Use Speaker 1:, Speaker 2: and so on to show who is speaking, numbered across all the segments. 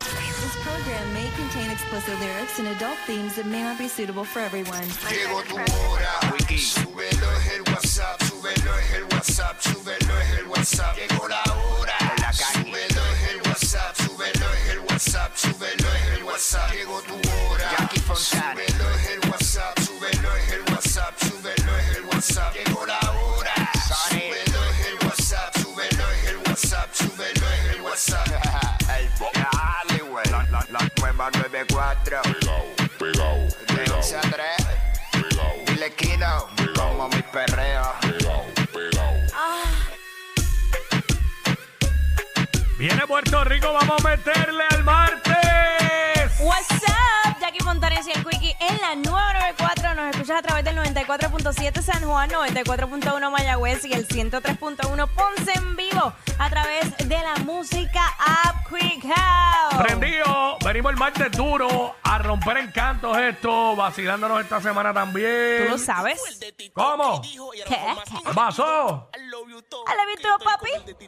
Speaker 1: This program may contain explicit lyrics and adult themes that may not be suitable for everyone.
Speaker 2: Llegó tu hora. Súbelo en el WhatsApp, súbelo en el WhatsApp, súbelo en el WhatsApp. Llegó la hora. Súbelo en el WhatsApp, súbelo en el WhatsApp, súbelo en el WhatsApp. Llegó tu hora. Súbelo en el WhatsApp, súbelo en el WhatsApp, súbelo en el WhatsApp. Llegó la hora. Súbelo en el WhatsApp, súbelo en el WhatsApp, súbelo en el WhatsApp.
Speaker 3: El bo- Dale, güey. La, la, la nueva 94. De 11 a 3. Dile Kino. Como mi perreo.
Speaker 4: Viene Puerto Rico, vamos a meterle al martes.
Speaker 5: What's up, Jackie Fontanes y el Quickie en la 994. Nos escuchas a través del 94.7 San Juan, 94.1 Mayagüez y el 103.1 Ponce en vivo a través de la música App Quick House.
Speaker 4: Prendido, venimos el martes duro a romper encantos esto, vacilándonos esta semana
Speaker 5: Tú
Speaker 4: también.
Speaker 5: lo sabes.
Speaker 4: ¿Cómo?
Speaker 5: ¿Qué?
Speaker 4: ¿Pasó?
Speaker 5: ¿Ale visto, papi?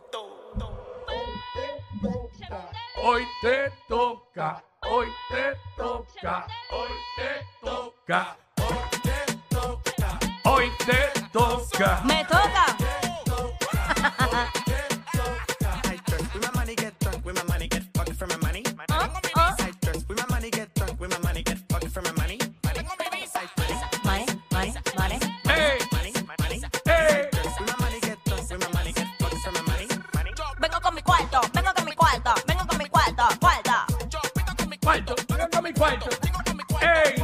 Speaker 4: Hoy te toca, hoy te toca, hoy te toca, hoy te toca.
Speaker 5: Me toca.
Speaker 6: I trust with my money get drunk with my money get fucked for my money.
Speaker 5: Ah, ah.
Speaker 6: I trust with my money get drunk with my money get fucked for my money. Money, I trust
Speaker 5: Mane, mane, mane.
Speaker 4: ¡Ey!
Speaker 6: money, money.
Speaker 4: ¡Ey!
Speaker 6: Trust with my money get drunk with my money get fucked for my money. Money,
Speaker 5: Vengo con mi cuarto, vengo con mi cuarto, vengo con mi cuarto, cuarto.
Speaker 4: ¡Cuarto! ¡Venga mi cuarto! ¡Ey!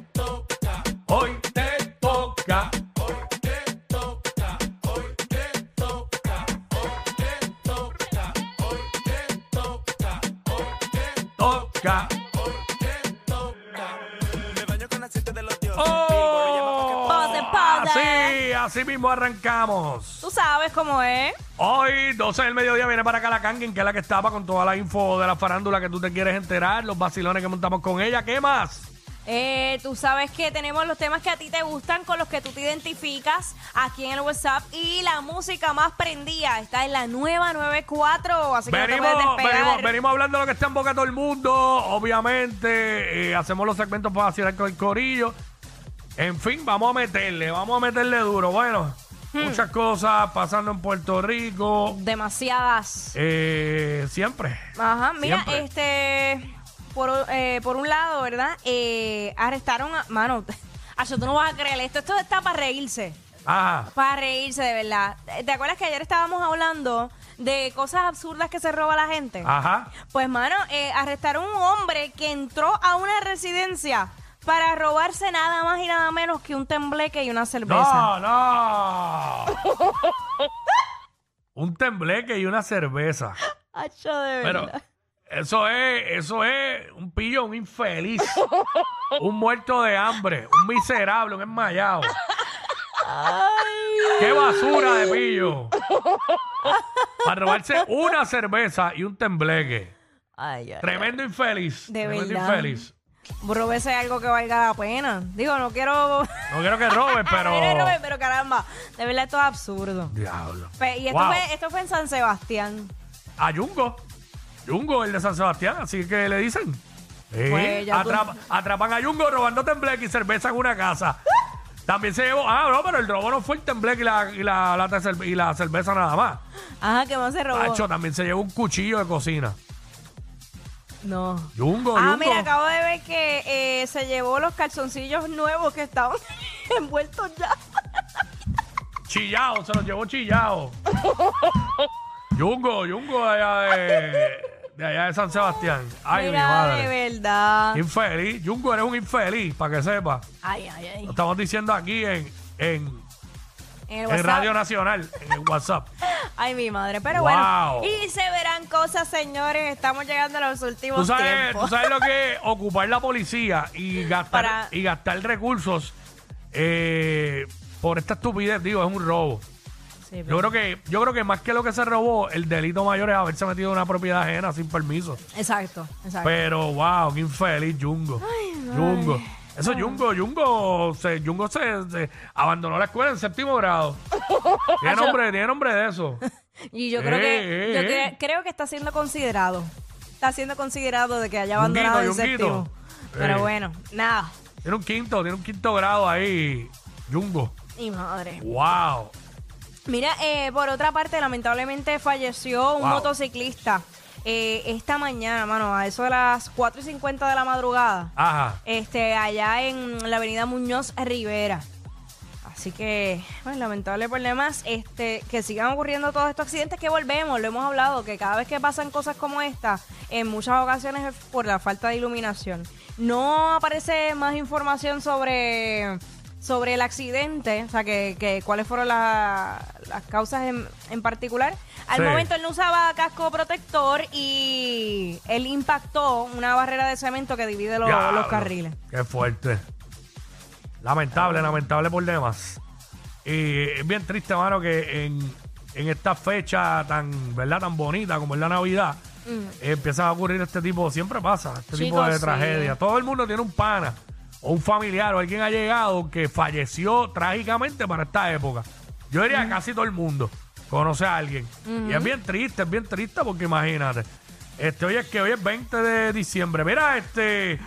Speaker 4: Hoy te toca. Hoy te toca. Hoy te toca. Hoy te toca. Hoy te toca. Hoy te toca.
Speaker 6: me baño con aceite de los dioses.
Speaker 4: ¡Oh!
Speaker 5: Pause, pause.
Speaker 4: Así, así mismo arrancamos.
Speaker 5: Tú sabes cómo es.
Speaker 4: Hoy, 12 del mediodía, viene para acá la Kangen, que es la que estaba con toda la info de la farándula que tú te quieres enterar, los vacilones que montamos con ella. ¿Qué más?
Speaker 5: Eh, tú sabes que tenemos los temas que a ti te gustan, con los que tú te identificas aquí en el WhatsApp y la música más prendida. Está en la nueva 94, así que no te
Speaker 4: Venimos,
Speaker 5: puedes despegar.
Speaker 4: venimos, venimos hablando de lo que está en boca de todo el mundo. Obviamente, eh, hacemos los segmentos para vacilar con el corillo. En fin, vamos a meterle, vamos a meterle duro. Bueno,
Speaker 5: Hmm.
Speaker 4: muchas cosas pasando en Puerto Rico.
Speaker 5: Demasiadas.
Speaker 4: eh, siempre.
Speaker 5: Ajá, mira,
Speaker 4: Siempre.
Speaker 5: este, por, eh, por un lado, ¿verdad? Eh, arrestaron a... Mano, Acho, tú no vas a creer esto. Esto está para reírse.
Speaker 4: Ajá.
Speaker 5: Para reírse, de verdad. ¿Te acuerdas que ayer estábamos hablando de cosas absurdas que se roba la gente?
Speaker 4: Ajá.
Speaker 5: Pues, mano, eh, arrestaron a un hombre que entró a una residencia para robarse nada más y nada menos que un tembleque y una cerveza.
Speaker 4: No, no. Un tembleque y una cerveza.
Speaker 5: Hacho, de
Speaker 4: Pero
Speaker 5: verdad.
Speaker 4: eso es, eso es un pillo, un infeliz, un muerto de hambre, un miserable, un enmayado. ¡Qué basura de pillo! Para robarse una cerveza y un tembleque.
Speaker 5: Ay, ay,
Speaker 4: Tremendo infeliz.
Speaker 5: De
Speaker 4: tremendo
Speaker 5: verdad.
Speaker 4: infeliz.
Speaker 5: Róbese algo que valga la pena. Digo, no quiero...
Speaker 4: No quiero que robe,
Speaker 5: No quiero robar,
Speaker 4: pero.
Speaker 5: pero caramba, de verdad esto es absurdo.
Speaker 4: Diablo.
Speaker 5: Fe- Y esto,
Speaker 4: Wow.
Speaker 5: fue, esto fue en San Sebastián.
Speaker 4: a Yungo. Yungo, el de San Sebastián, así que le dicen. Sí,
Speaker 5: Pues ya tú-
Speaker 4: atrapa- atrapan a Yungo robando tembleque y cerveza en una casa. También se llevó. Ah, no, pero el robo no fue el tembleque y la, y la lata de cerve- y la cerveza nada más.
Speaker 5: Ajá, que más se robó.
Speaker 4: Pacho, también se llevó un cuchillo de cocina.
Speaker 5: No.
Speaker 4: Yungo,
Speaker 5: Ah,
Speaker 4: Yungo.
Speaker 5: mira, acabo de ver que eh, se llevó los calzoncillos nuevos que estaban envueltos ya.
Speaker 4: Chillao, se los llevó chillao. Yungo, Yungo allá de, de allá de San Sebastián. Ay, mi
Speaker 5: Mira,
Speaker 4: madre.
Speaker 5: de verdad.
Speaker 4: Infeliz. Junco, eres un infeliz, para que sepa.
Speaker 5: Ay, ay, ay.
Speaker 4: Lo estamos diciendo aquí en, en,
Speaker 5: En el
Speaker 4: en
Speaker 5: WhatsApp.
Speaker 4: Radio Nacional, en el WhatsApp.
Speaker 5: Ay, mi madre. Pero
Speaker 4: Wow.
Speaker 5: bueno. Y se verán cosas, señores. Estamos llegando a los últimos
Speaker 4: ¿Tú sabes,
Speaker 5: tiempos.
Speaker 4: tú sabes lo que es ocupar la policía y gastar,
Speaker 5: Para-
Speaker 4: y gastar recursos eh, por esta estupidez, digo, es un robo.
Speaker 5: Sí,
Speaker 4: Yo creo que yo creo que más que lo que se robó, el delito mayor es haberse metido en una propiedad ajena sin permiso.
Speaker 5: Exacto, exacto.
Speaker 4: Pero wow, qué infeliz Jungo. Jungo. Eso Jungo, Jungo se, Jungo se, se abandonó la escuela en séptimo grado. tiene nombre, tiene nombre de eso.
Speaker 5: y yo creo que
Speaker 4: Eh,
Speaker 5: yo
Speaker 4: eh,
Speaker 5: cre-
Speaker 4: eh.
Speaker 5: creo que está siendo considerado. Está siendo considerado de que haya
Speaker 4: Yunguito,
Speaker 5: abandonado el
Speaker 4: yunguito.
Speaker 5: séptimo. Pero
Speaker 4: Eh.
Speaker 5: bueno, nada.
Speaker 4: Tiene un quinto, tiene un quinto grado ahí, Jungo.
Speaker 5: Mi madre.
Speaker 4: Wow.
Speaker 5: Mira, eh, por otra parte, lamentablemente falleció un
Speaker 4: Wow.
Speaker 5: motociclista eh, esta mañana, mano, a eso de las 4 y 50 de la madrugada,
Speaker 4: Ajá.
Speaker 5: este, allá en la avenida Muñoz Rivera. Así que, pues, lamentable por demás, este, que sigan ocurriendo todos estos accidentes que volvemos, lo hemos hablado, que cada vez que pasan cosas como esta, en muchas ocasiones es por la falta de iluminación. No aparece más información sobre, sobre el accidente, o sea, que, que cuáles fueron la- las causas en, en particular. Al
Speaker 4: Sí.
Speaker 5: momento él no usaba casco protector y él impactó una barrera de cemento que divide los- los
Speaker 4: Diablo,
Speaker 5: carriles.
Speaker 4: Qué fuerte. Lamentable, lamentable por demás. Y es bien triste, mano, que en, en esta fecha tan, ¿verdad? tan bonita como es la Navidad, empiezan a ocurrir este tipo, siempre pasa, este tipo
Speaker 5: Mm. Chicos,
Speaker 4: de
Speaker 5: sí.
Speaker 4: tragedia. Todo el mundo tiene un pana o un familiar o alguien ha llegado que falleció trágicamente para esta época. Yo diría que casi todo el mundo conoce a alguien. Y es bien triste, es bien triste porque imagínate. Este, hoy es que hoy es 20 de diciembre. Mira, este,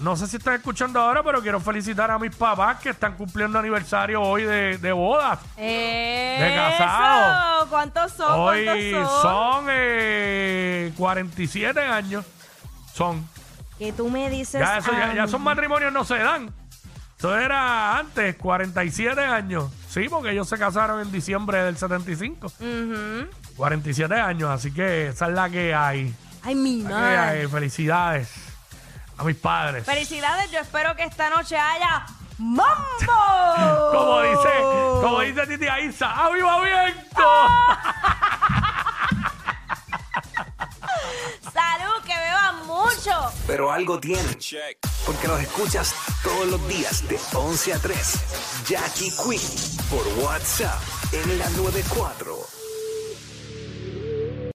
Speaker 4: no sé si están escuchando ahora, pero quiero felicitar a mis papás que están cumpliendo aniversario hoy de, de bodas.
Speaker 5: ¡Eso!
Speaker 4: casado.
Speaker 5: ¿Cuántos son?
Speaker 4: Hoy
Speaker 5: Oh, ¿Cuántos son?
Speaker 4: son eh, 47 años. Son.
Speaker 5: Que tú me dices.
Speaker 4: Ya, eso- ya-
Speaker 5: a
Speaker 4: ya
Speaker 5: mí.
Speaker 4: esos matrimonios no se dan. Eso era antes, 47 años. Sí, porque ellos se casaron en diciembre del 75.
Speaker 5: Ujú.
Speaker 4: 47 años, así que esa es la que hay.
Speaker 5: Ay, mi
Speaker 4: La que
Speaker 5: madre.
Speaker 4: hay. Felicidades a mis padres.
Speaker 5: Felicidades, yo espero que esta noche haya mambo.
Speaker 4: Como dice, como dice Titi Aiza, ¡avivamiento!
Speaker 5: Salud, que beban mucho.
Speaker 7: Pero algo tienen. Porque los escuchas todos los días de 11 a 3. Jackie Quinn por WhatsApp en la 94.